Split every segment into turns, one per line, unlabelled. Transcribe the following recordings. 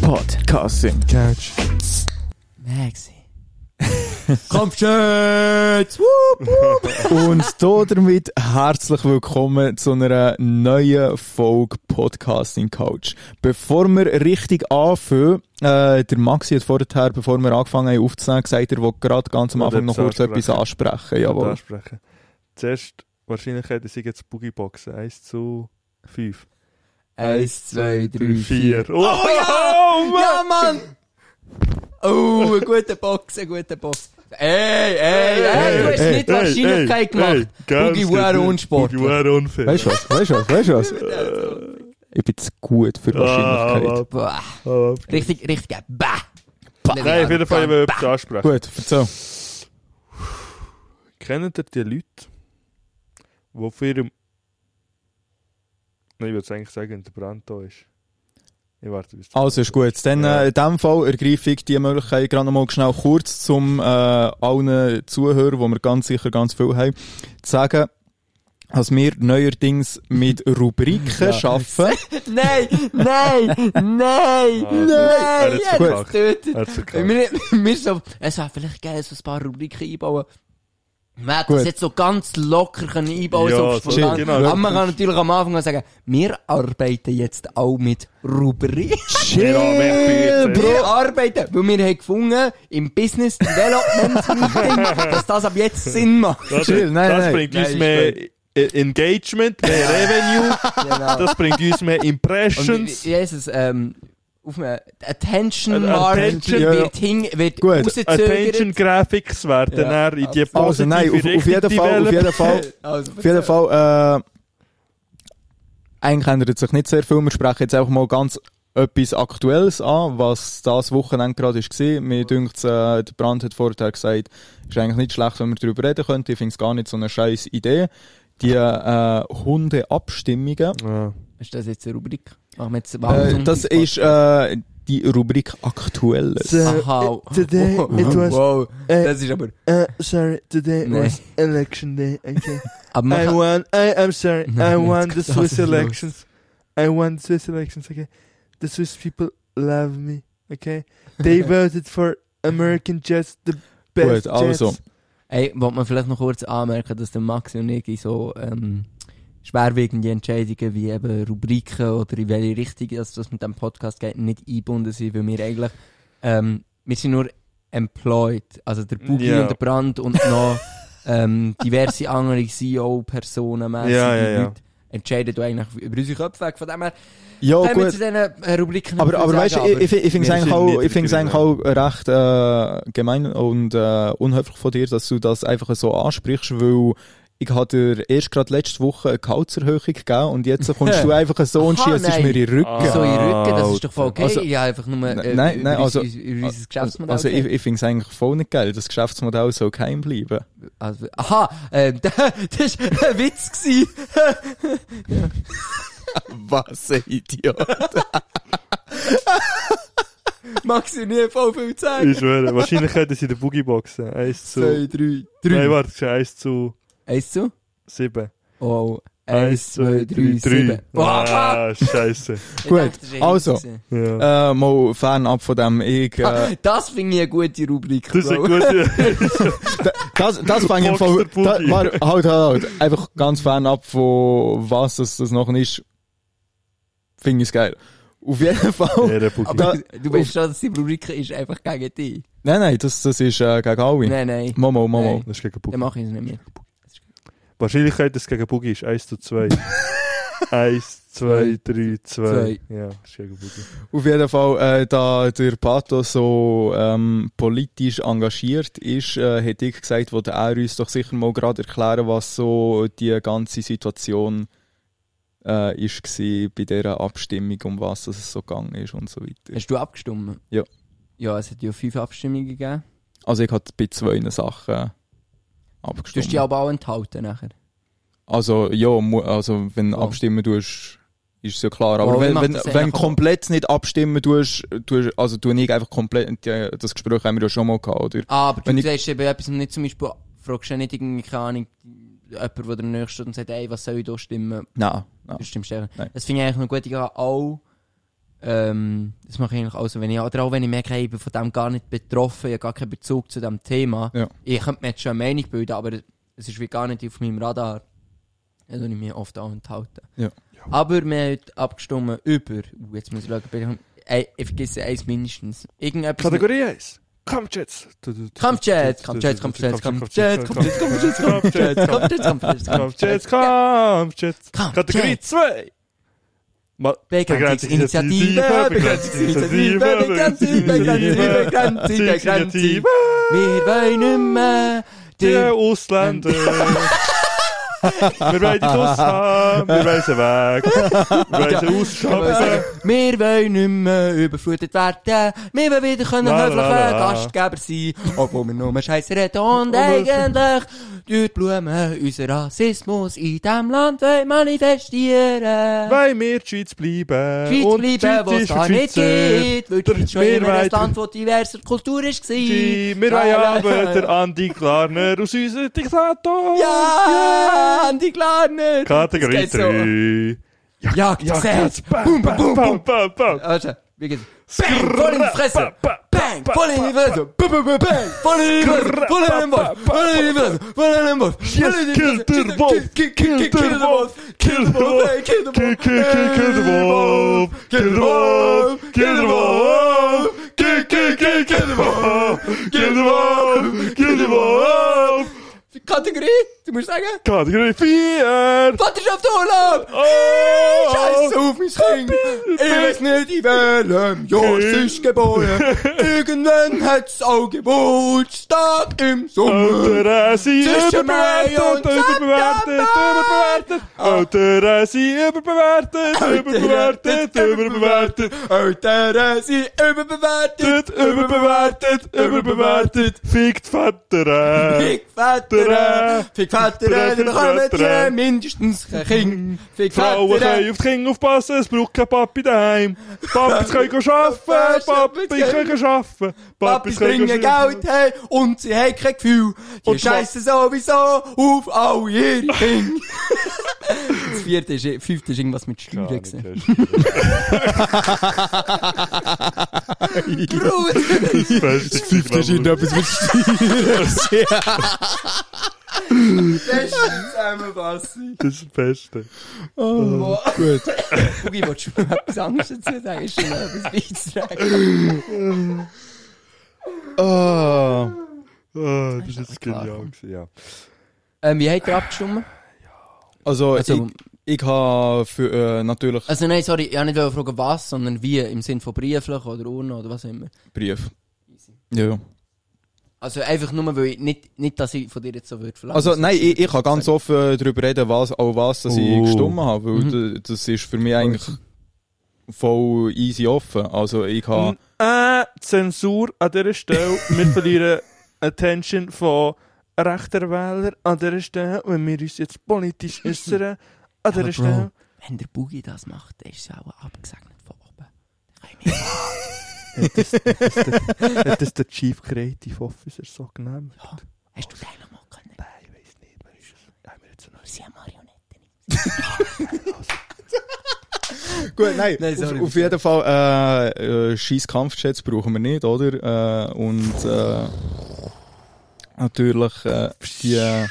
Podcasting Couch.
Maxi. Komm schütz!
Und damit herzlich willkommen zu einer neuen Folge Podcasting Couch. Bevor wir richtig anfangen, äh, der Maxi hat vorher, bevor wir angefangen haben aufzunehmen, gesagt, er will gerade ganz am
Oder
Anfang noch kurz
etwas
etwas ansprechen.
Jawohl.
Jawohl.
ansprechen. Zuerst Wahrscheinlichkeit, dass ich jetzt Boogie boxe. 1 zu 5.
Eins, zwei, drei,
4. Oh,
ja!
oh, Mann!
Ja, Mann! Oh, ein guter Box, ein guter Box. Ey, ey, ey, du hast
Ey,
nicht Wahrscheinlichkeit gemacht. Boogie war unsportlich.
genau. Boogie war Äh, unfair.
Weißt du was? Weißt du was? Weißt du was? Ich bin zu gut für Wahrscheinlichkeit.
Ah,
Boah,
ah, ah.
richtig, richtig, bah!
Nein, auf jeden Fall ich will
Bah.
etwas ansprechen.
gut, erzähl.
Kennt ihr die Leute, die auf ihrem... Nein, ich würde es eigentlich sagen, in der Brand da ist. Ich warte bis...
Also ist gut. Dann
Ja.
äh, in dem Fall ergreife ich die Möglichkeit gerade noch mal schnell kurz zum äh, allen Zuhörern, wo wir ganz sicher ganz viel haben, zu sagen, dass wir neuerdings mit Rubriken
Ja.
arbeiten.
Nein, nein, nein,
Ah, er
nein,
hat's
jetzt
verkackt.
tötet.
Hat's verkackt.
Wir, wir so, es wäre vielleicht geil, so ein paar Rubriken einbauen. Man hätte das
Gut.
jetzt so ganz locker können einbauen
Ja,
so auf
so,
spontan.
genau.
Aber man kann natürlich am Anfang auch sagen, wir arbeiten jetzt auch mit Rubriken.
Chill,
Ja, wer
Wir arbeiten, weil wir haben gefunden, im Business Development Meeting, dass das ab jetzt Sinn macht.
Das,
Chill, nein,
das
nein.
bringt
Nein,
uns
ist
mehr eh, Engagement, mehr Revenue,
Genau.
das bringt uns mehr
Und
Impressions.
Jesus, ähm, auf einem Attention
Äh,
Mark
Attention-
wird, hin, wird
Gut.
Attention
rausgezögert.
Graphics werden
Ja.
dann in die positive
Also nein, auf, auf jeden
Richtung
Fall, auf jeden Fall,
Also,
auf jeden Fall, äh, eigentlich ändert sich nicht sehr viel. Wir sprechen jetzt einfach mal ganz etwas Aktuelles an, was das Wochenende gerade war. Mir dünkt, äh, der Brand hat vorher gesagt, ist eigentlich nicht schlecht, wenn wir darüber reden könnten. Ich finde es gar nicht so eine scheiß Idee. Die äh, Hundeabstimmungen,
develop-
Ist das jetzt eine Rubrik? Machen wir jetzt
äh, das ist äh, die Rubrik Aktuelles.
So-
Aha.
Today
wow.
Äh, it was-
wow.
äh,
das ist aber...
Ja. sorry, today
Nee. was
election day. Okay.
Aber man kann,
won, I, I'm sorry,
Nein, I won jetzt the Swiss geht's los. elections.
I won Swiss elections, okay. The Swiss people love me, okay. They voted for American Jets, the
Gut, also.
ey, wollte man vielleicht noch kurz anmerken, dass der Maxi und ich in so ähm, schwerwiegende Entscheidungen wie eben Rubriken oder in welche Richtung das, das mit dem Podcast geht, nicht eingebunden sind, weil wir eigentlich... Ähm, wir sind nur employed. Also der Boogie
Ja.
und der Brand und noch ähm, diverse andere CEO-Personen, mässige
Ja, ja, ja.
Leute, entscheiden du eigentlich über unsere Köpfe weg. Von dem her
Ja,
Wenn wir
Oh, gut.
zu diesen äh, Rubriken
Aber,
nicht
aber
viel
weißt du,
sagen,
ich, ich, ich finde es
wir
eigentlich,
sind
auch-
niedrig
ich find's eigentlich auch recht äh, gemein und äh, unhöflich von dir, dass du das einfach so ansprichst, weil ich hatte dir erst gerade letzte Woche eine Gehaltserhöhung gegeben und jetzt kommst du einfach so und
Aha,
schießt
nein.
mir in den Rücken.
aber so in den Rücken, das ist doch voll okay.
Genau. Also-
ich habe einfach nur äh,
Nein, nein,
über,
also-
unser, über unser Geschäftsmodell
also ich,
geredet.
ich finde es eigentlich voll nicht geil. Das Geschäftsmodell soll geheim bleiben.
also, aha, äh, das war ein Witz. Gewesen.
Was ein Idiot.
Maxi, nie voll viel zu sagen.
Ich schwöre, wahrscheinlich hätten sie den Boogie boxen. 1 zu.
Zwei, drei,
Nein,
drei.
warte, es ist 1 zu
Eins zu?
7.
Oh, eins, zwei, drei, sieben. Boah, fuck.
Ah, Scheiße.
Ich
Gut,
dachte, das war ein
also.
Hit gewesen.
Ja.
äh, mal fernab von dem. Ich, äh,
Das finde ich eine gute Rubrik.
Das ist eine
Bro.
gute.
Das, das fange ich im Fall,
Boxer
da,
Boogie.
war, halt, halt, halt, einfach ganz fernab von was das, das noch ist, finde ich es geil. Auf jeden Fall,
Ja, der Boogie.
Da-
du weißt schon, dass die Rubrik ist einfach gegen dich.
nein, nein, das, das ist äh, gegen alle.
Nein, nein,
Momo, Momo.
Nein.
Das ist gegen
dann
Boogie.
mache ich es nicht mehr.
Wahrscheinlichkeit, dass es gegen Boogie ist 1 zu 2. 1, 2, 3, 2. Ja, das ist gegen Boogie.
Auf jeden Fall, äh, da der Pato so ähm, politisch engagiert ist, äh, hätte ich gesagt, wollte er uns doch sicher mal gerade erklären, was so die ganze Situation äh, ist gewesen bei dieser Abstimmung, um was es so gegangen ist und so weiter.
Hast du abgestimmt?
Ja.
Ja, es hat ja fünf Abstimmungen gegeben.
Also ich hatte bei zwei Sachen
Du hast
abgestimmt.
dich aber auch enthalten nachher.
Also ja, mu- also wenn
Ja.
abstimmen tust, ist es ja klar.
Ja,
Aber
ich
wenn,
mach
wenn,
das
wenn
eigentlich auch.
komplett nicht abstimmen tust, tust also tu ich einfach komplett, ja, das Gespräch haben wir ja schon mal gehabt, oder?
Ah, aber
Wenn
du
ich-
sagst eben etwas und nicht zum Beispiel, fragst du ja nicht irgendwie, keine Ahnung, jemand, der der Nächste steht und sagt, ey, was soll ich da stimmen?
Nein. nein.
Du stimmst einfach.
Nein.
Das finde ich eigentlich noch gut. Ich habe auch Ähm, das mache ich eigentlich auch so, wenn ich, oder auch wenn ich merke, hey, ich bin von dem gar nicht betroffen, ich habe gar keinen Bezug zu dem Thema.
Ja.
Ich könnte mir jetzt schon eine Meinung bilden, aber es ist wie gar nicht auf meinem Radar. Dann tue ich mich oft auch enthalten.
Ja.
Aber wir haben heute abgestimmt über, uh, jetzt muss ich schauen, bin ich- ey, ich vergesse eins mindestens. Irgendetwas
Kategorie 1. Kampfjets.
Kampfjets, Kampfjets, Kampfjets, Kampfjets, Kampfjets, Kampfjets, Kampfjets, Kampfjets, Kampfjets,
Kampfjets, Kampfjets.
Kampfjets.
Kategorie 2.
Begrenzungsinitiative, Begrenzungsinitiative, Begrenzung, Begrenzung, Begrenzung, Begrenzung.
Begrenzungsinitiative.
Wir wollen nicht mehr.
Die
Die
Ausländer. wir wollen die Aus haben, wir wollen sie weg. Wir wollen sie ausschaffen.
wir wollen nicht mehr überflutet werden. Wir wollen wieder können
La, la, la,
höfliche
la.
Gastgeber sein, obwohl wir nur Scheiße reden. Und eigentlich durch die Blumen unseren Rassismus in diesem Land wollen manifestieren.
Wollen wir die Schweiz bleiben?
Schweiz
Und die
bleiben, wo
Schweiz
es
ist
gar
für die
nicht
Schweizer.
geht, weil die
Der
Schweiz schon immer ein
Mehrheit-
Land von diverser Kultur war.
Die- Wir wollen aber der Andi Klarner aus unserem Diktator.
Ja, Andi Glarner!
Kategorie
Das geht so.
3.
Ja, Gesetz! Boom, boom, boom, boom! Also, wie geht's? Bang, voll in die Fresse! Bang, voll in die Fresse! Bang, bang, bang, bang, voll in die Fresse! Voll in den Wolf! Voll in die Fresse! Voll in den Wolf! Voll in die
Kill
Fresse!
the Wolf!
Kill, kill, kill, kill the Wolf!
Kill the Wolf!
Hey, Kill the
Kill,
Wolf!
kill, kill, kill the wolf! Kill the wolf! Kill the wolf! Kill, kill, kill, kill the wolf! Kill the wolf! Kill the wolf!
Kategorie? Du musst sagen?
Kategorie 4!
Vaterschaft Urlaub!
Oh!
Scheiße auf mein Kind! Ich weiß nicht, in welchem Jahr es ist geboren. Irgendwann hat's auch Geburtstag im Sommer.
Ältere sind
Zwischen Mai und
überbewertet, überbewertet, überbewertet! Ältere sind überbewertet, überbewertet, überbewertet!
Ältere sind äh, überbewertet,
Überbewertet, überbewertet! Fickt Väter!
Fick
Äh,
Väter, Fick Väter, die bekommen die mindestens ein Kind. Fick
Frauen
Väter,
können auf die Kinder aufpassen, es braucht keinen Papi eh, daheim. Papis können gehen arbeiten, Papis können gehen arbeiten.
Papis bringen
gehen-
Geld her und sie haben kein Gefühl. Die
Und zwar-
scheissen sowieso auf alle ihre Kinder. das vierte ist, fünfte ist irgendwas mit
Gar
Steuern
nicht,
gesehen.
hast
Bruder!
du das Beste
Fünfte ist
gemacht.
irgendetwas mit Steuern.
Das ist zusammenfassend.
Das ist das Beste.
oh, gut.
Ugi, willst du noch etwas anderes dazu sagen? Ist schon noch etwas beizutragen?
Ah.
Ah, das ist
klar.
genial gewesen, ja.
Ähm, wie habt ihr abgestimmt?
Also,
Also-
ich, ich habe für, äh, natürlich
Also nein, sorry, ich wollte nicht fragen, was, sondern wie, im Sinne von brieflich oder Urne oder was auch immer.
Brief. Ja, ja.
Also einfach nur, weil ich nicht, nicht dass ich von dir jetzt so würde verlangen.
Also nein, ich, ich kann ganz offen äh, darüber reden, was, auch was dass ich
Oh.
gestimmt habe, weil
Mhm.
d- das ist für mich eigentlich voll easy offen. Also ich habe...
Äh, Zensur an dieser Stelle. Wir verlieren Attention von rechter Wähler an dieser Stelle, wenn wir uns jetzt politisch eh, äußern. An
Aber
dieser Stelle.
Bro, wenn der Boogie das macht, dann ist es auch abgesegnet von oben. Dann kann ich mich-
Hat das der Chief Creative Officer so genannt?
Ja. Hast du den noch mal können?
Nein, ich weiß nicht. Wer ist das? Haben wir jetzt noch
Wir sind ja Marionetten.
Gut, nein,
Nein, sorry.
auf, auf jeden Fall äh, äh, scheiß Kampfjets brauchen wir nicht, oder? Äh, und äh, natürlich äh, die äh,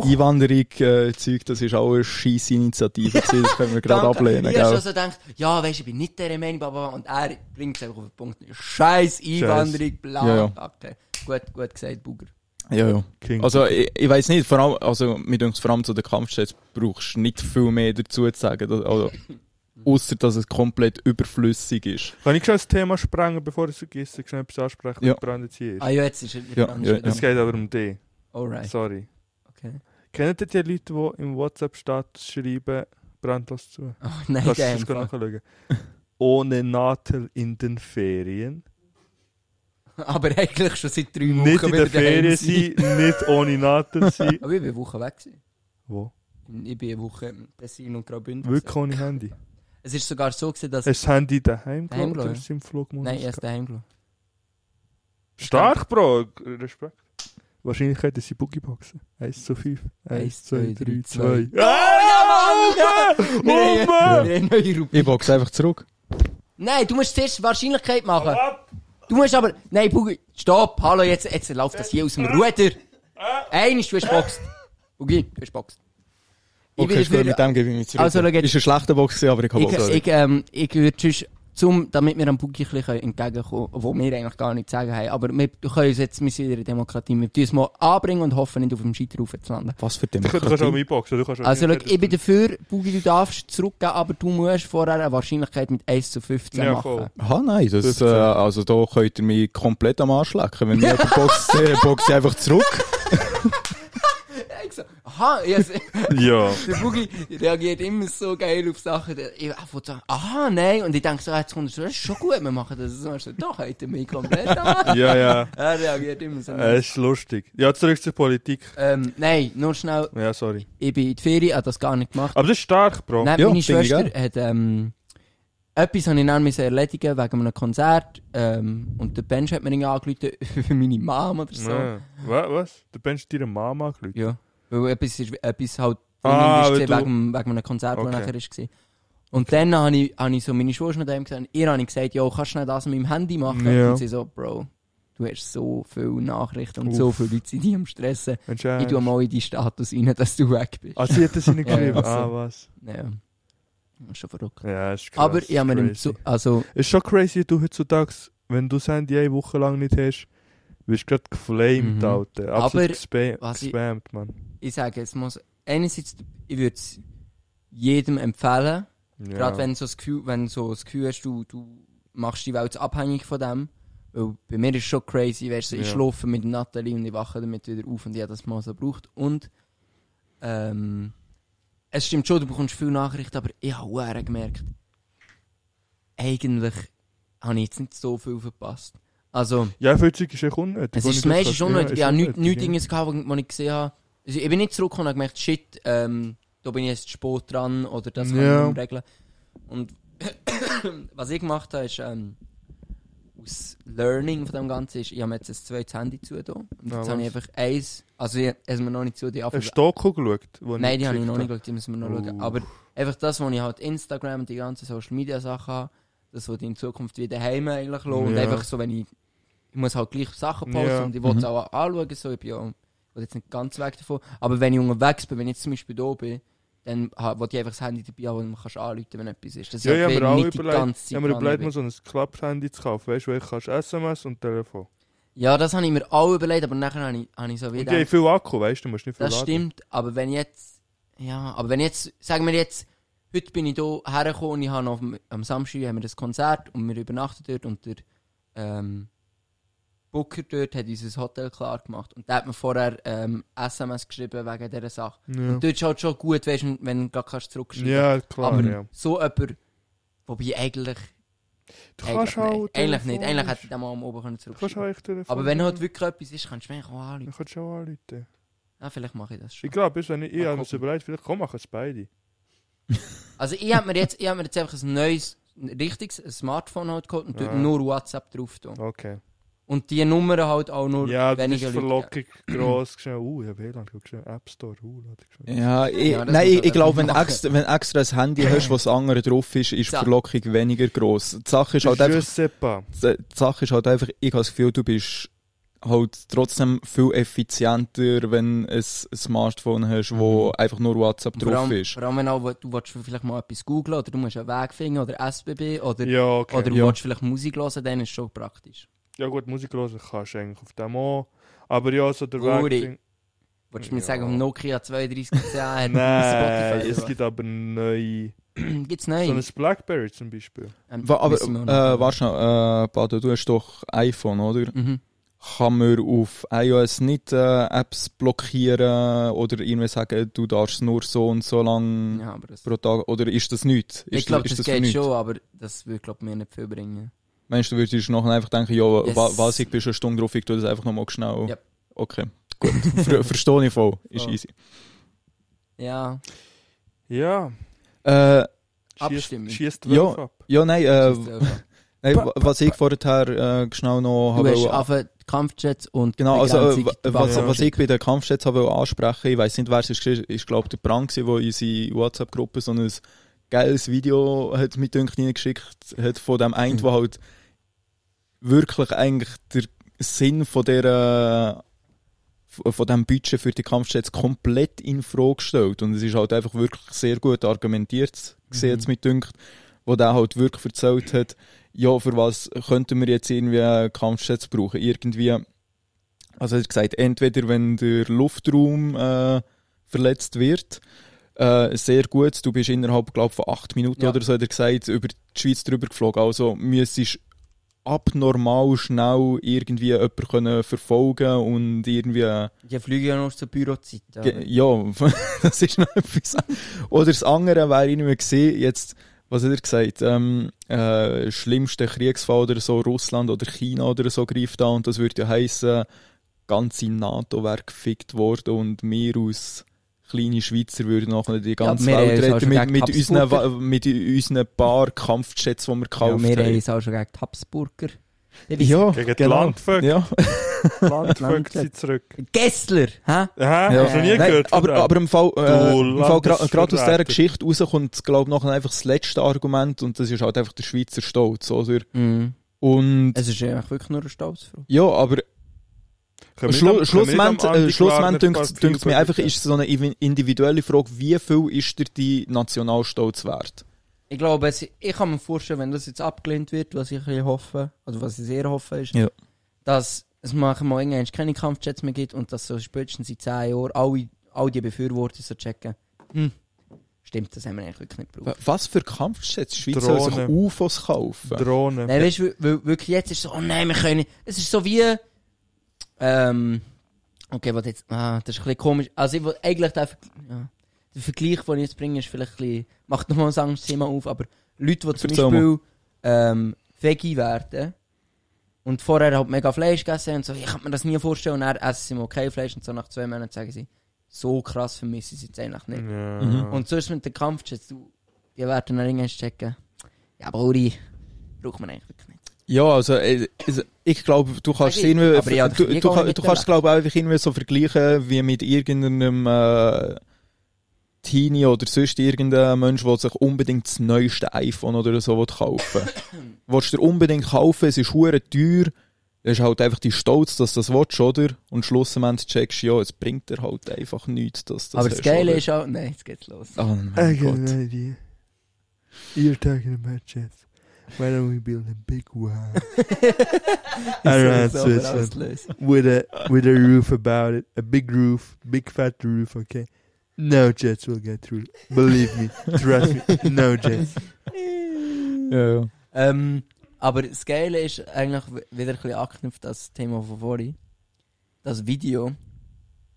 Einwanderung äh, Zeug, das ist auch eine scheiß Initiative, gewesen, das können wir gerade
Danke.
ablehnen,
Ich habe schon
gell?
so gedacht, ja, weißt du, ich bin nicht der Meinung, bla, bla, bla. und er bringt es einfach auf den Punkt. Scheiß Einwanderung, bla,
Ja, ja.
Okay. Gut, gut gesagt, Booger.
Ja, ja.
King.
Also ich, ich weiß nicht, vor allem, also mir denkt vor allem zu den Kampfjets brauchst du nicht viel mehr dazu zu sagen, dass- also, außer dass es komplett überflüssig ist.
Kann ich schon das Thema sprengen, bevor ich es vergesse? Schnell etwas ansprechen,
Ja.
was brandend hier ist.
Ah ja, jetzt ist er
Ja, ja,
wieder
ja.
Es geht aber um dich.
Alright,
Sorry.
okay.
Kennt ihr die Leute, die im WhatsApp-Status schreiben, brandlos zu?
Oh, nein,
Kannst du
damn,
das gerade
fuck.
nachschauen? Ohne Nadel in den Ferien.
Aber eigentlich schon seit drei Wochen
Nicht in
wieder
den Ferien
daheim
sein, nicht ohne Nadel sein.
Aber ich bin eine Woche weg. Gewesen.
Wo?
Ich bin eine Woche in Tessin und Graubünden.
Wirklich ohne Handy.
Es ist sogar so gewesen, dass...
Hast du das Handy daheim gelassen
Daheim
oder
gelassen,
hast du es im Flugmodus?
Nein, ich habe es
gehabt?
daheim gelassen.
Stark, Bro! Respekt. Wahrscheinlichkeit ist die Boogieboxen. 1 zu 5. 1, 2, 3, 2. Ah!
Oh, ja, Mann!
Oh, Mann!
Wir haben neue Rubrik.
Ich boxe einfach zurück.
Nein, du musst zuerst Wahrscheinlichkeit machen. Du musst aber... Nein, Bugi, stopp, hallo, jetzt, jetzt läuft das hier aus dem Ruder. Eines, du hast geboxt. Bugi, du hast geboxt. Ich
Okay,
würde
ich mit
für-
dem gebe ich mich zurück.
Also, schau jetzt.
ist ein schlechter Box, gewesen, aber ich habe
ich,
auch
ich, ähm, ich würde sonst, zum, damit wir am Bugi ein bisschen entgegenkommen können, wo wir eigentlich gar nichts zu sagen haben, aber wir können uns jetzt, wir sind in der Demokratie, wir tun es mal anbringen und hoffen nicht auf dem Scheiterhaufen zu landen.
Was für
Du kannst auch
Demokratie.
einboxen. Du kannst auch
Also, schau,
einboxen.
ich bin dafür, Bugi, du darfst zurückgehen, aber du musst vorher eine Wahrscheinlichkeit mit 1 zu 15
Ja, voll.
machen.
Aha, nein, das, äh,
15.
also da könnt ihr mich komplett am Arsch lecken. Wenn mir jemand boxt, äh, boxe ich einfach zurück.
Ich so, Aha, yes.
Ja.
der Bugi reagiert immer so geil auf Sachen. der- Ich einfach so, aha, nein. Und ich denke so, ah, jetzt kommt er so, das ist schon gut, wir machen das. Und er so, doch, heute mich komplett an.
Ja, ja.
Er reagiert immer so.
Äh, ist lustig. Ja, zurück zur Politik.
Ähm, nein, nur schnell,
Ja, sorry.
ich bin in die Ferien, habe das gar nicht gemacht.
Aber das ist stark, Bro.
Nein,
Ja,
meine
finde ich
Schwester hat ähm, etwas habe ich dann müssen erledigen wegen einem Konzert. Ähm, und der Bench hat mir irgendwie angerufen für meine Mom oder so.
Ja. Was? was? Du bist deiner Mama angerufen.
Ja. Weil etwas, ist, etwas halt
Ah,
dringend ist
weil
gewesen,
du-
wegen, wegen einem Konzert, das
Okay.
nachher war. Und dann habe ich, habe ich so meine Schwester noch dem gesagt, ihr habe ich gesagt, jo, kannst du nicht das mit meinem Handy machen?
Ja.
Und sie so, Bro, du hast so viele Nachrichten und
Uff.
so viele Leute sind dich am Stressen. Ich tue
Entscheidend.
mal in deinen Status rein, dass du weg bist.
äh, Ah, sie hat das hineingeschrieben.
Ja, ja.
ah, was?
Ja. Das ist schon verrückt.
Ja, ist krass.
Aber ich habe mir im
crazy.
Zug, also,
Ist schon crazy, du heutzutage, wenn du das Handy eine Woche lang nicht hast, wirst du gerade geflamed,
Mhm.
Alter. Absolut
Aber
gespa
was ich-
gespammt, Mann.
ich sage, es muss, einerseits, ich würde es jedem empfehlen,
Ja.
Gerade wenn so das Gefühl, wenn so das Gefühl hast, du, du machst die Welt abhängig von dem. Weil bei mir ist es schon crazy, weißt du, ich
Ja.
schlafe mit Nathalie und ich wache damit wieder auf und ich habe das mal so gebraucht. Und ähm, es stimmt schon, du bekommst viele Nachrichten, aber ich habe huere gemerkt, eigentlich habe ich jetzt nicht so viel verpasst. Also,
Ja, viel Zeug ist echt unnötig.
es
wo
ist
ich
das meiste
kann-
schon nicht. Ich
ist
habe nichts
unnötig,
nicht Dinges gehabt, wo ich gesehen habe. Also ich bin nicht zurückgekommen und habe gemerkt, shit, ähm, da bin ich jetzt zu spät dran oder das kann
Ja.
ich nicht mehr regeln. Und was ich gemacht habe, ist, ähm, aus Learning von dem Ganzen ist, ich habe mir jetzt ein zweites Handy zu tun. Und
Ah,
jetzt habe ich
was?
einfach eins, also ich, es ist mir noch nicht zu, die
Hast du Doku geschaut? wo
Nein, die habe ich noch nicht
geschickt
geschaut, die müssen wir noch schauen.
Uff.
Aber einfach das, wo ich halt Instagram und die ganzen Social Media Sachen habe, das wollte ich in Zukunft wieder heim eigentlich lassen. Und
Ja.
einfach so, wenn ich. Ich muss halt gleich Sachen posten
Ja.
und ich wollte es
Mhm.
auch anschauen, so ich bin ja ich will jetzt nicht ganz weg davon. Aber wenn ich unterwegs bin, wenn ich jetzt zum Beispiel da bin, dann ha- wollte ich einfach das Handy dabei haben, wo man kannst anrufen kann, wenn etwas ist. Das
Ja, ja,
halt
wir
wenn
auch
nicht die
überlegt,
ganze
ich
Zeit
habe mir
dran
überlegt,
bin.
mal so ein Klapphandy zu kaufen, weißt du, wo ich kannst SMS und Telefon.
Ja, das habe ich mir auch überlegt, aber nachher habe ich, habe ich so
Und
wieder.
die haben viel Akku, weißt du, du musst nicht viel
Das
laden.
stimmt, aber wenn jetzt, ja, aber wenn jetzt, sagen wir jetzt, heute bin ich hier hergekommen und ich habe noch am, am Samstag haben wir das Konzert und wir übernachten dort und der ähm, Booker dort hat unser Hotel klar gemacht und der hat mir vorher ähm, SMS geschrieben wegen dieser Sache.
stimmt.
Dort ist halt schon gut, weißt, du, wenn du gerade kannst zurückschreiben
Ja, ja klar,
aber
ja.
so jemand, wobei eigentlich,
Du
eigentlich,
kannst
nein,
auch
eigentlich nicht, eigentlich hätte
telefonisch-
ich den mal am oben können
Du kannst auch
zurückschreiben
echt Telefon.
Aber wenn halt wirklich etwas ist, kannst du mich auch anrufen.
Du kannst auch anrufen.
Ah, vielleicht mache ich das schon.
Ich glaube, ich, ich
Mal
habe mir so
gucken.
überlegt, vielleicht komm, machen es beide.
Also ich hab mir jetzt, ich hab mir jetzt einfach ein neues, ein richtiges Smartphone halt geholt und dort
Ah.
nur WhatsApp drauf tun.
Okay.
Und die Nummern halt auch nur
Ja, das ist
weniger
die
Leute.
Verlockung gross. geschrieben. Uh, ich habe WLAN geschrieben. App Store, uh, lade ich geschrieben.
Ja, ich,
Ja, das
nein,
muss
ich,
man
ich glaube, wenn
einfach
du
machen.
extra, wenn du extra ein Handy hast, wo das andere drauf ist, ist die
Ja.
Verlockung weniger gross. Die Sache ist halt einfach,
Je sais pas.
die Sache ist halt einfach, ich habe das Gefühl, du bist halt trotzdem viel effizienter, wenn du ein Smartphone hast, wo einfach nur WhatsApp
Mhm. Vor
drauf
allem,
ist.
vor allem wenn auch, du willst vielleicht mal etwas googeln oder du musst einen Weg finden oder SBB oder,
Ja, okay.
oder du
Ja.
willst vielleicht Musik hören, dann ist es schon praktisch.
ja gut, Musik hören kannst du eigentlich auf dem auch. Aber ja, so der
Guri.
Weg...
Wolltest du mir
Ja.
sagen, auf dem Nokia 3210 hat
Nein,
Spotify
es gibt aber neue...
oder was? Gibt's
So
nein.
ein Blackberry zum Beispiel.
Ähm,
Wa- Aber,
wissen wir noch.
äh, warte noch, äh, Bado, du hast doch iPhone, oder?
Mhm.
Kann man auf iOS nicht äh, Apps blockieren oder irgendwie sagen, du darfst nur so und so
Mhm.
lang
Ja, aber das,
pro Tag, oder ist das nichts? Ist
ich glaube,
ist
das,
für
geht
nichts?
schon, aber das würde glaub, mir nicht viel bringen.
Meinst du, würdest du nachher einfach denken, ja, wa-
Yes.
wa- was, ich bin schon eine Stunde drauf, ich tu das einfach nochmal schnell.
Yep.
Okay, gut. Ver Verstehe ich voll. Ist
Voll.
easy.
Ja,
Ja.
Äh,
Abstimmen.
Schießt
Ja.
Wölfe ab.
ja, nein,
das
äh,
ist einfach.
nein wa- was ich vorher äh, genau noch
Du hast
wollte-
einfach Kampfjets und
Genau, also äh, wa- was,
Waffen-
was ich bei den Kampfjets habe wollte ansprechen, ich weiß nicht, wer es ist, ich glaube der Brand, gewesen, der in unsere WhatsApp-Gruppe so ein geiles Video hat mit Dünkt geschickt hat von dem einen,
Mhm.
der halt wirklich eigentlich der Sinn von der äh, von dem Budget für die Kampfjets komplett in Frage gestellt und es ist halt einfach wirklich sehr gut argumentiert gesehen
Mhm.
mhm. mit dünkt, wo der halt wirklich erzählt hat, ja für was könnten wir jetzt irgendwie Kampfjets brauchen irgendwie also er hat gesagt entweder wenn der Luftraum äh, verletzt wird äh, sehr gut, du bist innerhalb glaub, von acht Minuten
Ja.
oder so, hat er gesagt, über die Schweiz drüber geflogen. Also müsstest abnormal schnell irgendwie jemanden können verfolgen und irgendwie... äh,
Ich fliege ja noch zur Bürozeit. aber-
ge- Ja, das ist noch etwas. Oder das andere wäre ich nicht mehr gesehen, jetzt, was hat er gesagt, ähm, äh, schlimmster Kriegsfall oder so, Russland oder China oder so greift an und das würde ja heissen, ganze NATO wäre gefickt worden und wir aus kleine Schweizer würden nachher die ganze
wir haben
Welt
uns auch
retten
schon
mit,
gegen
mit, unseren, Wa-
Habsburger.
mit unseren paar Kampfjets, die wir gekauft
ja, wir haben
haben.
es auch schon gegen die Habsburger. Der weiss-
Ja,
Gegen die
genau.
Landvögel.
Ja.
Landvögel sind zurück.
Gessler, hä?
Hä?
Ja.
Hast du noch nie
Nein,
gehört? von
aber,
dem?
aber im Fall, äh,
Du
im Fall gerade aus dieser
Landesverräter.
Geschichte raus kommt, glaube ich, nachher einfach das letzte Argument und das ist halt einfach der Schweizer Stolz, oder?
Mhm.
Und,
Es ist eigentlich wirklich nur eine Stolzfrau.
ja, aber
Können wir
schlu
dem- können wir
schlussendlich,
dem
äh,
Andi Klarner
schlussendlich
ein
dünkt
paar
es mir einfach,
Viewer
ist es so eine ivi- individuelle Frage, wie viel ist dir die Nationalstolz wert?
Ich glaube, es, ich kann mir vorstellen, wenn das jetzt abgelehnt wird, was ich ein bisschen hoffe, also was ich sehr hoffe, ist,
Ja.
dass es machen mal irgendwann keine Kampfjets mehr gibt und dass so spätestens in 10 Jahren alle, all die Befürworter so checken. Hm. Stimmt, das haben wir eigentlich wirklich nicht gebraucht.
Wa- Was für Kampfschätze? Die Schweiz soll sich
Drohnen.
UFOs kaufen.
Drohnen.
Nein, weißt du, weil wirklich jetzt ist so, oh nein, wir können nicht. Es ist so wie. Ähm, okay, was jetzt. Ah, das ist ein bisschen komisch. Also, ich will eigentlich der, Ver- ja, der Vergleich, den ich jetzt bringe, ist vielleicht ein bisschen. Macht nochmal ein anderes Thema auf, aber Leute, die zum
Erzähl
Beispiel ähm, Veggie werden und vorher halt mega Fleisch gegessen haben und so, ich kann mir das nie vorstellen und dann essen sie mal kein Fleisch und so nach zwei Monaten sagen sie, so krass vermisse ich es jetzt eigentlich nicht.
Ja.
Mhm.
Und sonst mit den Kampfjets, du, die werden dann irgendwann checken. Ja, aber Uri, braucht man eigentlich wirklich nicht.
Ja, also äh, es- ich glaube, du kannst
Sag
es
ich,
irgendwie,
Also, aber ich hab dich
du,
nie
du,
gar
kann-
nicht
du kannst es glaube ich einfach irgendwie so vergleichen wie mit irgendeinem äh, Teenie oder sonst irgendeinem Mensch, der sich unbedingt das neueste iPhone oder so will kaufen Willst du dir unbedingt kaufen, es ist hure teuer, es ist halt einfach die Stolz, dass du das willst, oder? Und schlussendlich checkst du, ja, es bringt dir halt einfach nichts, dass du das
aber das
hast,
Geile
oder?
ist auch. Nein, jetzt geht's los.
Oh mein Gott.
Again, idea. You're talking about jets. Why don't we build a big one Alright,
so, aber
so, so.
auslösen.
with a with a roof about it, a big roof, big fat roof? Okay, no jets will get through. Believe me, trust me, no jets.
Ja, ja.
ähm, aber das Geile ist eigentlich w- wieder ein bisschen anknüpft an das Thema von vorhin. Das Video,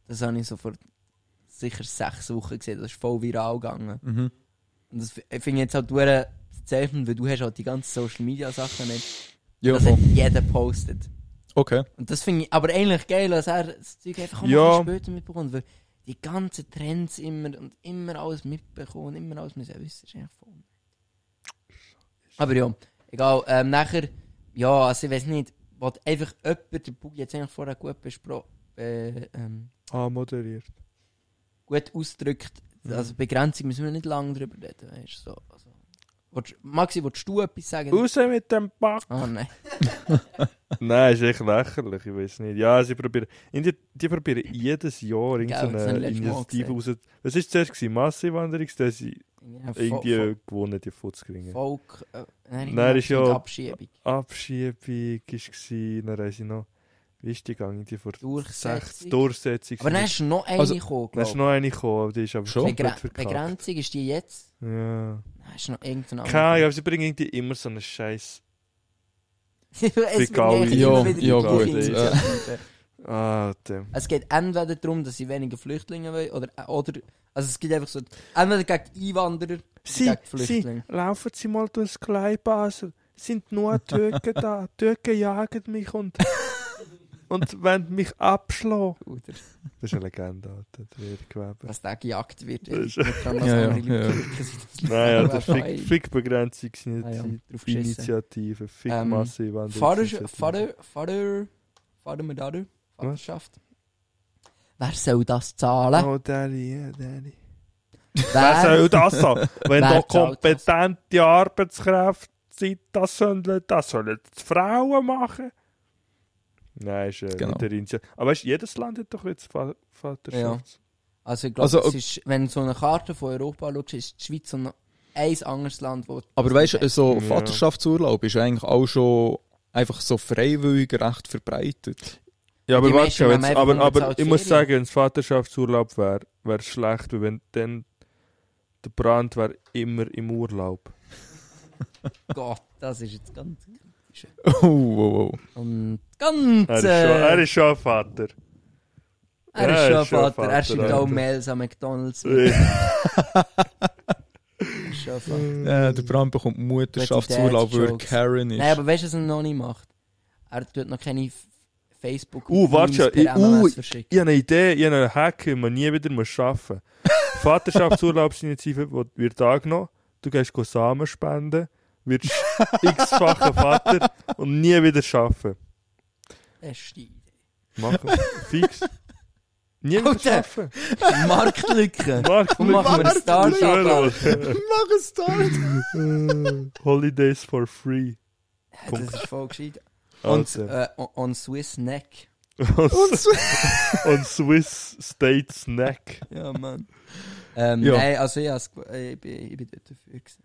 das habe ich so vor sicher sechs Wochen gesehen, das ist voll viral gegangen.
Mhm.
Und das f- ich finde jetzt halt sehr zeichnen, weil du hast halt die ganzen Social Media Sachen nicht.
ja
das
voll.
hat jeder postet.
okay.
Und das finde ich aber eigentlich geil, dass er das Zeug einfach auch
Ja.
mal ein bisschen später mitbekommt, weil die ganzen Trends immer und immer alles mitbekommen, immer alles müssen wissen, ist eigentlich voll. Aber ja, egal, ähm, nachher, ja, also ich weiß nicht, was einfach jemand, der Bug jetzt eigentlich vorher gut besprochen, äh, ähm,
Ah, moderiert.
gut ausdrückt,
Mhm.
also Begrenzung müssen wir nicht lange drüber reden, weißt du, so. Also, willst, Maxi, willst du etwas sagen?
Raus mit dem Back!
Ah, nein.
Nein, ist echt lächerlich, ich weiß nicht. Ja, sie probieren. in Die, die probieren jedes Jahr
Gell, das hab ich
irgendeine
letztes Mal
Initiative
gesehen.
raus. Was war zuerst? gewesen? Massenwanderung, dann sind
Ja, Vol-
irgendwie gewonnen, dus die
Vol-
Futzkringen.
Volk, äh, nein,
Nein, ist ja-
Abschiebung.
Abschiebung war, dann haben sie noch. Wie ist die gegangen? Die vor
Durchsetzung.
60 Durchsetzung.
Aber dann
dann
ist noch eine
Also-
gekommen, glaub
ist noch eine gekommen, aber die ist aber
Schon?
komplett
Begren
verkackt.
Begrenzung ist die jetzt?
Ja.
Nein, ist noch irgendeine andere.
Keine Ahnung, aber sie bringen irgendwie immer so einen Scheiß.
es wird
Egal,
eigentlich
ja,
immer wieder die
ja,
gleiche
gut,
Initiative.
Ah, damn.
Es geht entweder darum, dass sie weniger Flüchtlinge wollen, oder, oder also es geht einfach so, entweder gegen die Einwanderer,
Sie-
gegen die Flüchtlinge.
Laufen Sie mal durchs Kleibasel, sind nur Türken da. Türken jagen mich und
Und wenn mich abschlagen.
Oder
Das ist eine Legende, Alter. Der wird gewebt.
dass der gejagt wird.
Das ist-
Nicht daran, dass
Ja, ja,
andere Leute
ja.
klicken, sind das
Nein, ja,
Leute,
der
die einfach
Fick, Fickbegrenzung sind
Ah ja,
die
drauf geschissen.
Initiative. Fick
Ähm,
Masse, wenn
Vater, Vater, Vater, Vater mit Vater, Vaterschaft. Wer soll das zahlen?
Oh, Daddy, yeah, Daddy. Wer soll das so?
Wer
Wenn da
zahlt das?
kompetente Arbeitskräfte sind, das sollen, das sollen die Frauen machen. Nein, ist äh,
Genau.
nicht der Insel. Aber weißt, du, jedes Land hat doch jetzt Fa- Vaterschaft.
Also ich glaube,
Also,
es ist, wenn du so eine Karte von Europa schaust, ist die Schweiz so ein, ein anderes Land, wo...
Aber weißt du, so
Ja.
Vaterschaftsurlaub ist eigentlich auch schon einfach so freiwillig recht verbreitet.
Ja, aber
Die
warte,
meisten haben
schon, wenn's-
einfach
aber,
nur
aber
bezahlte
ich muss
Ferien.
sagen, wenn es Vaterschaftsurlaub wäre, wäre es schlecht, weil wenn dann der Brand wäre immer im Urlaub.
Gott, das ist jetzt ganz...
Oh, wow, wow.
Und ganz...
Er ist schon,
äh,
er ist schon ein Vater.
er ist
ja,
schon Vater. Er schreibt auch Mails an McDonalds. Er ist schon Vater.
Äh, der Brand bekommt Mutterschaftsurlaub, weil er
Jokes.
Karen ist.
Nein, aber weißt du, was er noch nicht macht? Er tut noch keine F- facebook
Uh, warte schon, ich-
per
uh,
MMS verschicken.
Ich habe eine Idee, ich habe einen Hack, den man nie wieder muss arbeiten muss. Vaterschaftsurlaubsinitiative die wird angenommen, du gehst go Samen spenden, wirst x-facher Vater und nie wieder arbeiten.
Beste.
Machen. Fix. Nie wieder
Alter.
arbeiten.
Marktlücke.
Mark,
Und machen wir ein Start-up. Alter.
Mach es dort!
Holidays for free.
Ja, Das ist voll gescheit. Und
Alter.
äh, on- on Swiss Neck.
Und,
so.
und eh, Swiss State Snack.
Ja, Oh, Mann. Ähm,
Ja.
Nein, also ich, has- ich, bin, ich bin dort dafür. Gewesen.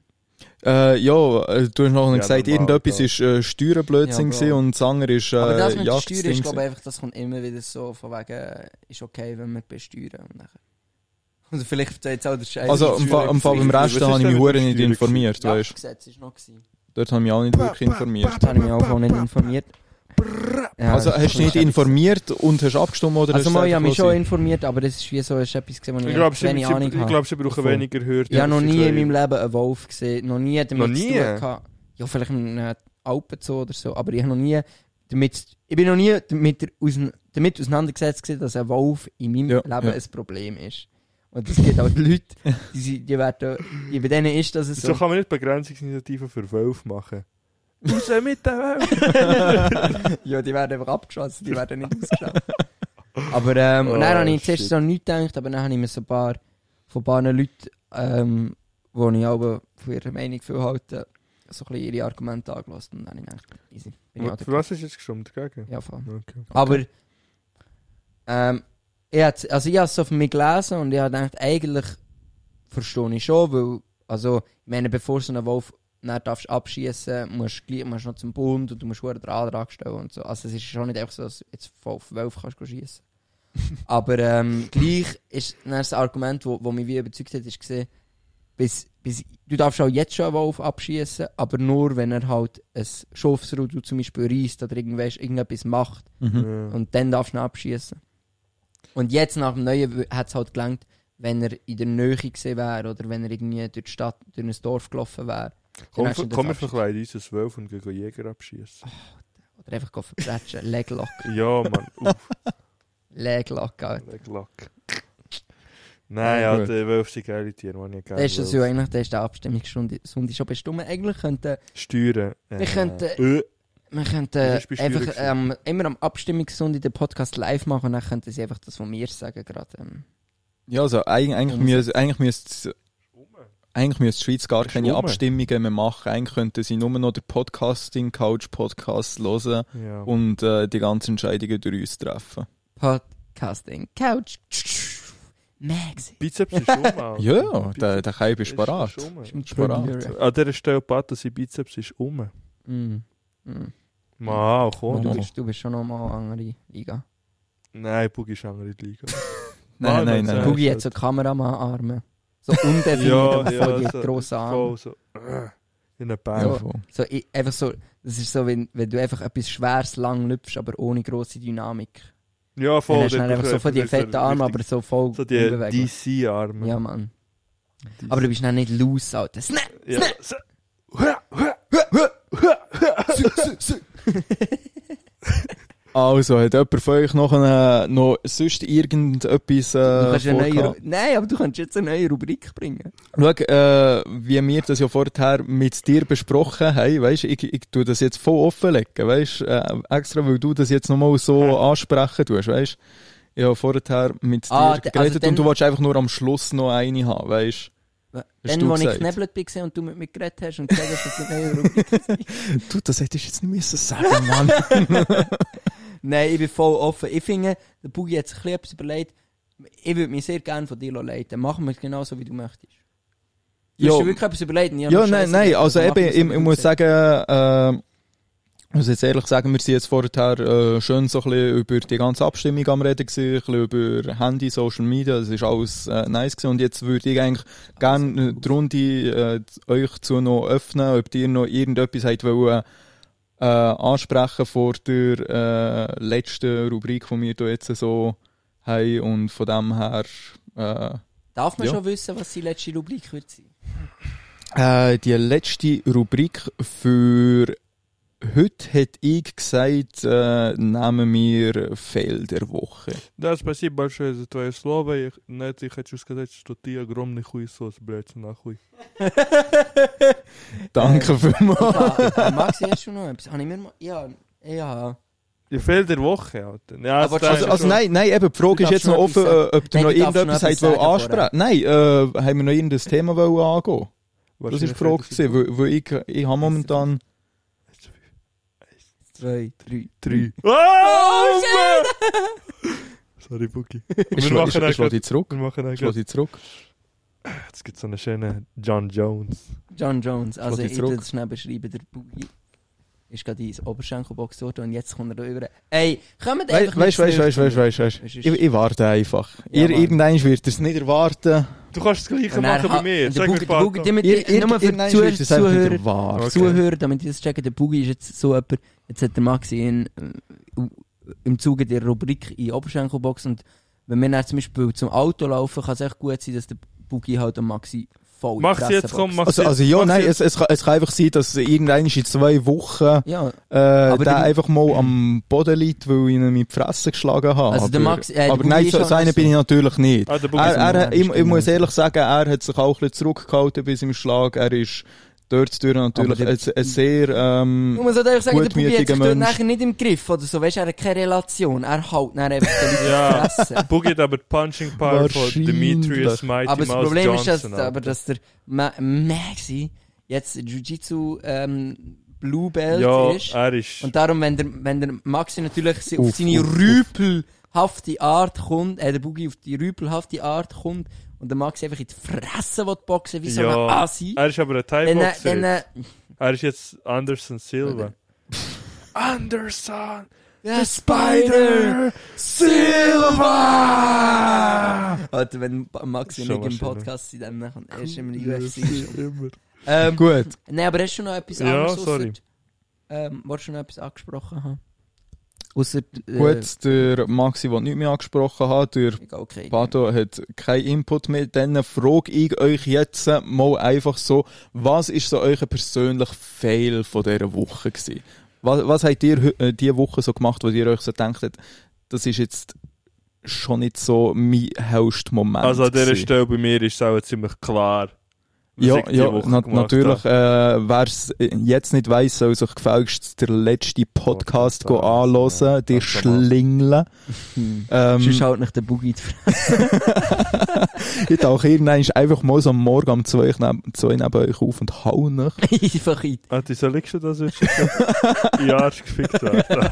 Äh, ja, äh, du hast noch
Ja,
gesagt,
normal,
irgendetwas
ja.
ist äh, Steuerblödsinn
Ja,
ja,
Bro.
und das andere ist äh,
Aber das mit der
Jagdding
Steuer ist, glaube
gewesen.
ich, einfach, das kommt immer wieder so, von wegen, äh, ist okay, wenn wir besteuern. Und nachher. Also vielleicht erzählt jetzt auch der Scheiß.
Also, am Fall am Fall beim
Was
Rest
ist
habe ich
denn
mich
mit der
hure nicht
Steuer
informiert,
ja,
weißt
Gesetz ist noch gewesen.
Dort habe ich mich auch nicht wirklich informiert.
Da habe ich mich auch voll nicht informiert. Ja,
Also, hast du
das ist
nicht
ein bisschen
informiert und hast abgestimmt oder
Also
hast
mal, ich habe mich schon
selber
informiert, aber das ist wie so ist etwas, gewesen, wo
Ich
ich,
glaube,
echt
sie,
wenig Ahnung
ich
habe.
glaub, sie brauchen
Voll.
weniger Hürden.
ich habe noch
für
nie
kleine-
in meinem Leben einen Wolf gesehen, noch nie damit
Noch
zu tun
nie?
gehabt. Ja, vielleicht in einem Alpenzoo oder so, aber ich habe noch nie damit, ich bin noch nie damit, ausein- damit auseinandergesetzt gewesen, dass ein Wolf in meinem
Ja,
Leben
ja.
ein Problem ist. Und es gibt auch Leute, die, sind- die werden, die- bei denen ist das
So
so.
kann man nicht Begrenzungsinitiativen für Wölfe machen. Raus mit den Wölfen!
ja, die werden einfach abgeschossen, die werden nicht ausgeschossen. aber ähm, und
Oh,
dann habe ich zuerst
shit.
so nichts gedacht, aber dann habe ich mir so ein paar von ein paar Leuten, ähm, wo ich aber von ihrer Meinung viel halte, so ein bisschen ihre Argumente angelassen und dann habe ich gedacht, easy, bin ich auch
Für
dafür.
was ist jetzt gestimmt? Gegen?
Ja, voll.
Okay.
Aber ähm, ich hab's- also ich habe es so von mir gelesen und ich habe gedacht, eigentlich verstehe ich schon, weil, also, ich meine, bevor du so einen Wolf nicht darfst abschießen, musst du gleich- musst du noch zum Bund und du musst verdammt den Antrag stellen und so. Also es ist schon nicht einfach so, dass du jetzt auf Wolf kannst schießen. Aber ähm, gleich ist dann das Argument, wo, wo mich wie überzeugt hat, ist gesehen, bis, bis, du darfst auch jetzt schon einen Wolf abschießen, aber nur wenn er halt ein Schafsrudel zum Beispiel reißt oder irgendwas, irgendetwas macht.
Mhm.
Ja.
Und dann darfst du ihn abschießen. Und jetzt nach dem Neuen hat es halt gelangt, wenn er in der Nähe gewesen wäre oder wenn er irgendwie durch die Stadt, durch ein Dorf gelaufen wäre.
Komm,
hast du
ver-
das
komm wir
abschießen.
verkleiden uns als Wölfe und gehen go Jäger abschießen.
Oder einfach gehen verplätschen. Leg locker.
Ja, Mann. Uff,
Leg locker. Alter.
leg Lack. Nein,
Ja,
ja, eh,
gut.
der Wölfe sind geile Tiere, man ja gerne.
Das ist das ja eigentlich, das ist der Abstimmungsstunde Sonntag schon bestimmt. Eigentlich könnten
Steuern.
Wir könnten-
Äh,
wir
Das
könnten
ist bei
einfach
schwierig
ähm, immer am Abstimmungssonntag den Podcast live machen und dann könnten sie einfach das von mir sagen gerade. Ähm.
Ja, also eigentlich, eigentlich, müsste, eigentlich, müsste, eigentlich müsste die Schweiz gar
Ist
keine
rum.
Abstimmungen mehr machen. Eigentlich könnten sie nur noch den Podcasting-Couch-Podcast hören
ja.
und äh, die ganzen Entscheidungen durch uns treffen.
Podcasting Couch. Magazine.
Bizeps ist um. Alter.
Ja,
Bizeps
der, der Kaib ist
ist
parat.
um.
Sparat.
An dieser Stelle, Pat, dass Bizeps ist um.
Mm. Mm.
Mal,
Oh.
komm.
Du, bist, du bist schon nochmal eine andere Liga.
Nein, Buggy ist andere Liga.
Nein, nein,
Ja,
nein.
Boogie
ist
hat so Kameramann-Arme. So undefiniert, aber voll die
so-
grossen Arme.
voll so. äh, In einem
Ja,
Baum.
voll.
So, i- einfach so, das ist so, wenn, wenn du einfach etwas Schweres lang lüpfst, aber ohne grosse Dynamik.
Ja,
Dann
voll.
hast du dann
dort
einfach so von die
richtig-
fetten Arme, aber so voll
So
unbeweglich.
die DC-Arme.
Ja, Mann. Aber du bist dann nicht loose, Alter. Snap!
Ja. so-
Also, hat jemand von euch noch, eine, noch sonst irgendetwas
Du
äh,
kannst eine neue, Ru-
vorgehabt?
Nein, aber du kannst jetzt eine neue Rubrik bringen.
Schau, äh, wie wir das ja vorher mit dir besprochen haben, weißt, ich, ich tue das jetzt voll offenlegen, weißt, äh, extra, weil du das jetzt nochmal so ansprechen tust, weißt. Ich habe vorher mit
Ah,
dir
d- also
geredet
dann-
und du wolltest einfach nur am Schluss noch eine haben, weißt Hast
Dann,
du
wo ich
gesagt?
geknebelt war und du mit mir geredet hast und gesagt hast, dass ich neue Rubrik
du? Du, das hättest du jetzt nicht müssen sagen, Mann.
Nein, ich bin voll offen. eh, Ich finde, der Bugi hat sich ein bisschen etwas überlegt. Ich würde mich sehr gerne von dir leiten. Machen wir es genauso, wie du möchtest. Du
Jo.
hast dir wirklich etwas überlegt. und ich habe
ja,
mir
nein,
Scheisse
nein,
gedacht,
also
dann
eben,
machen wir
ich, ich
es so, wie du
muss
sagst.
sagen, äh, ich muss jetzt ehrlich sagen, wir sind jetzt vorher äh, schön so ein bisschen über die ganze Abstimmung am Reden gewesen, ein bisschen über Handy, Social Media, das ist alles äh, nice gewesen und jetzt würde ich eigentlich gerne äh, die Runde äh, euch zu noch öffnen, ob ihr noch irgendetwas habt wollen, äh, ansprechen vor der äh, letzten Rubrik, die wir hier jetzt so haben und von dem her... Äh,
Darf man
Ja.
schon wissen, was die letzte Rubrik wird sein?
Äh, die letzte Rubrik für heute hätte ich gesagt, äh, nehmen wir Fail der Woche.
Да, спасибо большое за твое слово. Я х- на это и хочу сказать, что ты огромный хуесос, блядь, нахуй.
Danke vielmals.
Ja, eh, Maxi, hast du noch etwas? Habe ich mir mal... Ja, ja.
Die Fehler der Woche, Alter. Ja,
Aber
das ist
Also, also nein, nein, eben, die Frage
Du
ist jetzt noch
darfst noch
offen,
etwas
äh, ob ihr
Nein,
noch
du darfst
irgendetwas habt
noch etwas
wollt
sagen
ansprechen Nein, äh, haben wir noch irgendein Thema wollen angehen? Das
wahrscheinlich
ist die Frage,
hättest du-
gewesen, weil, weil ich, ich habe momentan...
Zwei, drei.
Drei.
Oh, shit!
Sorry, Buki.
Wir
Ich schla- ich schla-
machen
ich schlage
eigentlich-
dich zurück.
Wir machen
Ich schlage
eigentlich...
dich zurück.
Jetzt gibt es so einen schönen John Jones.
John Jones. Also,
Schlag dich
ich
zurück.
würde es schnell beschreiben. Der Bugi ist gerade ins Oberschenkelbox dort und jetzt kommt er da rüber. Ey, kommt
Weißt
einfach
du, weißt du, weißt
mit
du, weißt du, weißt du.
Es ist-
Ich, ich warte einfach.
Ja,
Ihr,
Mann.
irgendwann wird ihr es nicht erwarten.
Du kannst das Gleiche
Und er
machen bei
hat-
mir.
und der
Sag mir
Bugi- der Bugi-
Fakten.
damit-
Ihr, ihr,
Nur für
irgendwann
Zuhör-
wird es einfach nicht
Zuhörer.
erwarten.
Okay.
Zuhörer, damit ihr das checken, der Bugi ist jetzt so jemand, jetzt hat der Maxi ihn äh, im Zuge der Rubrik in die Oberschenkelbox und wenn wir dann zum Beispiel zum Auto laufen, kann es echt gut sein, dass der Bugi halt den Maxi voll in die
Mach's jetzt,
Fresse
komm,
boxt.
mach's
Oh, Also,
jetzt.
also ja,
mach's
nein, es,
jetzt.
es, kann, es kann einfach sein, dass irgendein in zwei Wochen
Ja,
äh, der
der-
einfach mal am Boden liegt, weil ich ihn mit die Fresse geschlagen habe.
Also der
Ah, aber
Max- äh, der
aber
Budi
nein,
ist
so,
schon
so einer
nicht
bin
so.
ich natürlich nicht.
Ah, der Bugi
Er,
ist-
er, ich, ich
genau.
muss ehrlich sagen, er hat sich auch ein bisschen zurückgehalten bis im Schlag. Er ist dort durch natürlich
Aber
ein, ein sehr... Ähm,
Und man sollte eigentlich halt sagen, der Bugi hat
Gutmütiger
sich dort
Mensch.
nachher nicht im Griff oder so, weißt du, er hat keine Relation, er haut dann einfach die Leute in
Ja.
die Fresse.
Boogie hat aber die Punching Power von
Ah. Wahrscheinlich.
Demetrius Mighty
aber das
Mouse
Problem
Johnson.
ist, dass, aber, dass der Ma Maxi jetzt Jiu-Jitsu ähm, Blue Belt
ja, äh,
ist.
er ist...
Und darum, wenn der, wenn der Maxi natürlich si- auf
Uff,
seine
uff, uff.
rüpelhafte Art kommt, äh, der Boogie auf die rüpelhafte Art kommt und der Maxi einfach in die Fresse will boxen, wie so
Ja.
ein Asi,
er ist aber ein
dann, äh,
Thai-Boxer.
dann, äh,
Er ist jetzt Anderson Silva. Anderson
der Spider!
Silva!
Alter, wenn Ba- Maxi
Schon
nicht im
wahrscheinlich.
Podcast sind, dann nachher- er ist immer in der UFC.
Immer.
ähm,
gut.
Nein, aber hast du noch etwas
Ja,
anderes?
sorry.
Ausser, ähm, wolltest du noch etwas angesprochen haben? Außer, äh,
Gut, der Maxi, den nicht mehr angesprochen hat, der
egal, okay.
Pato hat keinen Input mehr. Dann frage ich euch jetzt mal einfach so, was ist so euer persönlicher Fail von dieser Woche gewesen? Was, was habt ihr hö- äh, diese Woche so gemacht, wo ihr euch so gedacht habt, das ist jetzt schon nicht so mein hellster Moment
Also an dieser
gewesen?
Stelle bei mir ist es auch ziemlich klar. was ich
Ja,
die
ja
Woche
na,
gemacht
natürlich.
habe.
Äh, Wer es jetzt nicht weiss, soll sich gefälligst der letzte Podcast go anhören, dir
Ganz normal.
schlingeln. Ähm,
Sonst halt nicht der Boogie in die Fresse.
Ich tauche irgendwann einfach mal so am Morgen um zwei neben, zwei neben euch auf und hau nicht.
einfach in
Ah, du sollst schon das jetzt in Arsch gefickt werden.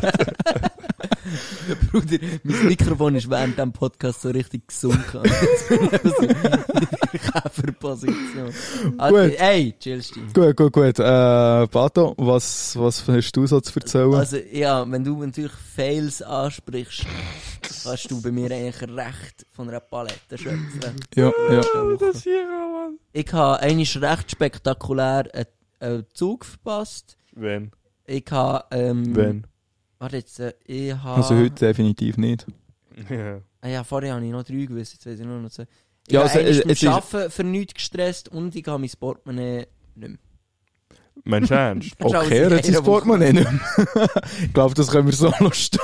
Bruder, mein Mikrofon ist während dem Podcast so richtig gesunken. Und Jetzt bin ich eben so in der Käferposition. Alter, ey, chillst du.
Gut, gut, gut. Äh, Pato, was, was hast du so zu erzählen?
Also, ja, wenn du natürlich Fails ansprichst, kannst du bei mir eigentlich recht von einer Palette schöpfen.
ja, ja.
das hier, Mann.
Ich habe eigentlich recht spektakulär einen, einen Zug verpasst.
Wenn?
Ich habe, ähm...
Wenn?
Warte jetzt, äh, ich habe...
Also heute definitiv nicht.
Ja.
Ah ja, vorher habe ich noch drei gewusst, jetzt weiß ich nur noch zwei. Ich
Ja,
ja,
also, es-
also, habe
es ist-
beim Arbeiten für nichts gestresst und ich habe mein Portemonnaie nicht mehr.
Mensch, ernst?
Das ist alles
Okay,
in
jetzt ist
einer
das Portemonnaie nicht mehr. Ich glaube, das können wir so noch stehen.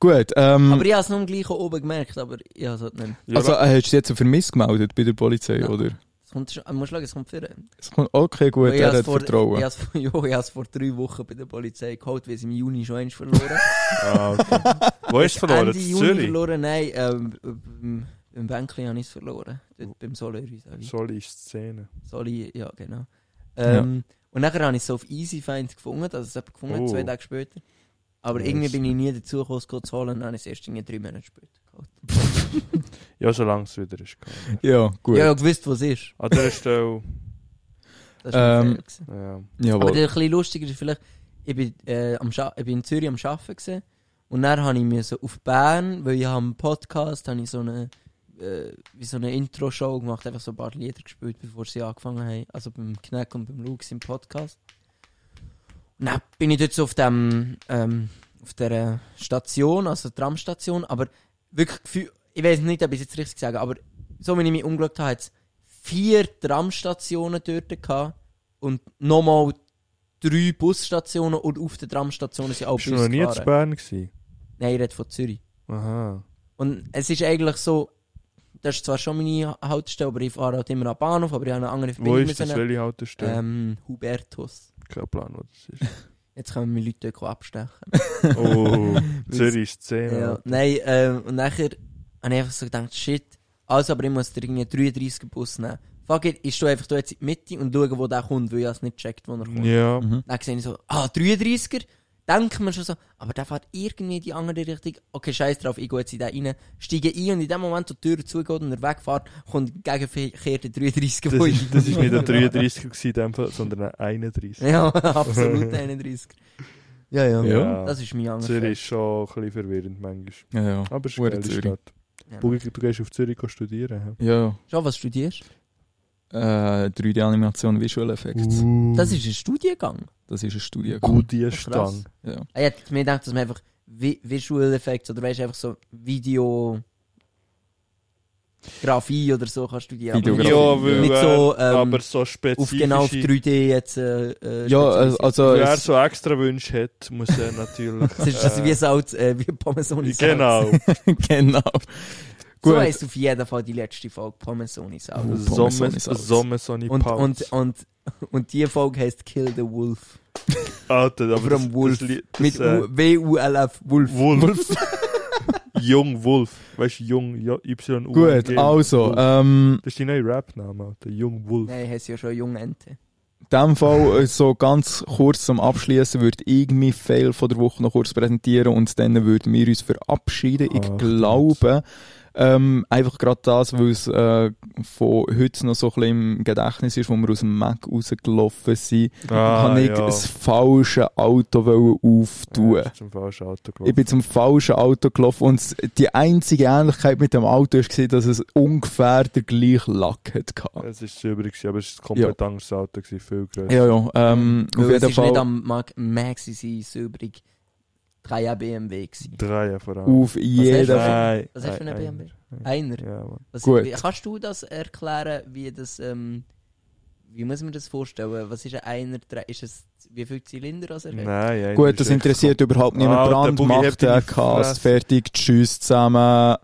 gut,
Woche.
ähm,
Aber ich habe es nur gleich oben gemerkt, aber ich habe es halt nicht mehr.
Ja,
also äh, hast du dich jetzt vermisst gemeldet bei der Polizei,
Ja.
oder?
Es kommt, schon- musst schauen, es kommt für
Es kommt okay, gut,
Ich
er
hab's
hat
vor-
Vertrauen.
Ich habe es ja, ich hab's vor drei Wochen bei der Polizei geholt, weil es im Juni schon eins verloren.
Ah, okay. Wo ist es verloren?
Ende
In
Juni
Zürich?
verloren, nein, ähm, ähm, im Bänkli habe ich es verloren. Dort beim Soli,
Sorry, ist Szene.
Soli, ja, genau. Ähm, Und nachher habe ich es so auf EasyFind gefunden, also es habe gefunden,
Oh.
zwei Tage später. Aber
Ja,
irgendwie
ist-
bin ich nie dazu gekommen, es gut zu holen, und dann habe ich es erst irgendwie drei Monate später geholt.
Ja, solange es wieder ist. Ah, gegangen.
Ja, gut.
Ich habe ja gewusst, was es ist.
An dieser Stelle,
Das war
Ähm,
ähm, fair. gewesen.
ja.
Aber
Jawohl.
der bisschen lustiger ist vielleicht, ich bin, äh, am Scha ich bin in Zürich am Arbeiten gewesen, und dann habe ich mir so auf Bern, weil ich habe einen Podcast, habe ich so eine, äh, wie so eine Intro-Show gemacht, einfach so ein paar Lieder gespielt, bevor sie angefangen haben. Also beim Knack und beim Lux im Podcast. Und dann bin ich dort so auf dem, ähm, auf der Station, also Tramstation, aber wirklich Gefühl, ich weiß nicht, ob ich es jetzt richtig sage, aber so wie ich mich umgeschaut habe, hat es vier Tramstationen dort gehabt und nochmal drei Busstationen und auf der Tramstation sind auch
Bist du noch
Busse
nie zu
gefahren.
Bern gewesen?
Nein, ich rede von Zürich.
Aha.
Und es ist eigentlich so, das ist zwar schon meine Haltestelle, aber ich fahre halt immer am Bahnhof, aber ich habe eine andere
Wo
Verbindung
ist das?
ihnen.
Welche Haltestelle?
ähm, Hubertus.
Kein Plan, wo das ist.
Jetzt können wir Leute dort abstechen.
Oh, Zürich ist Szene.
Ja, nein, ähm, und nachher habe ich einfach so gedacht, shit, also, aber ich muss dir irgendwie 33 Bus nehmen. Fuck it, ich stehe einfach da jetzt in die Mitte und schaue, wo der kommt, weil ich es nicht checkt, wo er kommt.
Ja.
Mhm.
Dann sehe ich so, ah, 33er, denke mir schon so, aber der fährt irgendwie in die andere Richtung. Okay, scheiß drauf, ich gehe jetzt in den rein, steige ein und in dem Moment, wo die Tür zugeht und er wegfährt, kommt gegenverkehrte 33er
Das
vor.
ist, das ist nicht ein 33er gewesen, in dem Fall, sondern ein 31.
Ja, absolut 31er. Ja, ja,
Ja.
Das ist mein anderer.
Zürich ist schon ein bisschen verwirrend manchmal.
Ja, ja.
Aber es ist
Hure
eine geile
Zürich.
Stadt.
Ja.
Du, du gehst auf Zürich studieren.
Ja.
Schon, was studierst
Äh, 3D-Animation Visual Effects.
Uh,
Das ist ein Studiengang.
Das ist ein Studie.
gute
Krass.
Stange.
Ja.
Ah, Ich hätte mir gedacht, dass man einfach Vi Visual Effects oder weißt, einfach so Video. Grafie oder so kann studieren. Aber
Videografie.
nicht-
Ja,
weil
Nicht
er-
so, ähm,
aber so
auf
spezifisch.
genau auf 3D jetzt. Äh, äh,
Ja, also,
spezialisiert.
also
Wer
es,
so extra Wünsche hat, muss er natürlich.
Das ist das wie Salz, äh, wie Pommes ohne
äh,
Salz.
Genau.
genau.
So
Gut. Oh,
heisst auf jeden Fall die letzte Folge Pommes ohne Salz.
Also
Pommes ohne Salz.
Sommer, Sonny
Und,
Paus.
und, und, und die Folge heisst Kill the Wolf.
Alter, aber
From
das, das
Wolf.
Lied- das,
Mit
äh,
U- W-U-L-F, Wolf.
Wolf. Jung Wolf. Weißt du, Jung, ja, y u
Gut,
G.
also,
Wolf.
ähm,
Das ist dein neuer Rap-Name, Alter. Jung Wolf.
Nein, heisst ja schon Jungente.
in dem Fall, äh, so ganz kurz zum Abschließen, würde ich meinen Fail von der Woche noch kurz präsentieren und dann würden wir uns verabschieden.
Ach,
Ich glaube, ähm, einfach gerade das, weil es äh, von heute noch so ein bisschen im Gedächtnis ist, wo wir aus dem Mac rausgelaufen sind,
Ah,
habe ich
ja.
das falsche Auto wollen auftun.
Ja, das ist zum falschen Auto
Ich
gelaufen.
bin zum falschen Auto gelaufen und s- die einzige Ähnlichkeit mit dem Auto war, dass es ungefähr der gleiche Lack hatte.
Es ist übrigens, aber es war ein komplett anderes Auto, gewesen, viel größer.
Ja, ja, ähm, auf
Weil es
jeden
ist nicht
Fall
am Mag Maxi sein, es war übrig 3er BMW. Gewesen.
Drei vor allem.
Uh,
auf
hast du
jeden Fall.
Nein.
Was hast du für einen
ein-
BMW? Einer.
Ja, Mann.
Was,
Gut.
Wie, kannst du das erklären, wie das, ähm, wie muss man das vorstellen? Was ist ein einer, drei, ist es, wie viele Zylinder als er hat?
Nein, ein
Gut,
ist
das
echt
interessiert überhaupt
Ah,
niemand.
der
Brand
Boogie
macht
hebt deine
den Cast
Fresse.
fertig. Tschüss zusammen.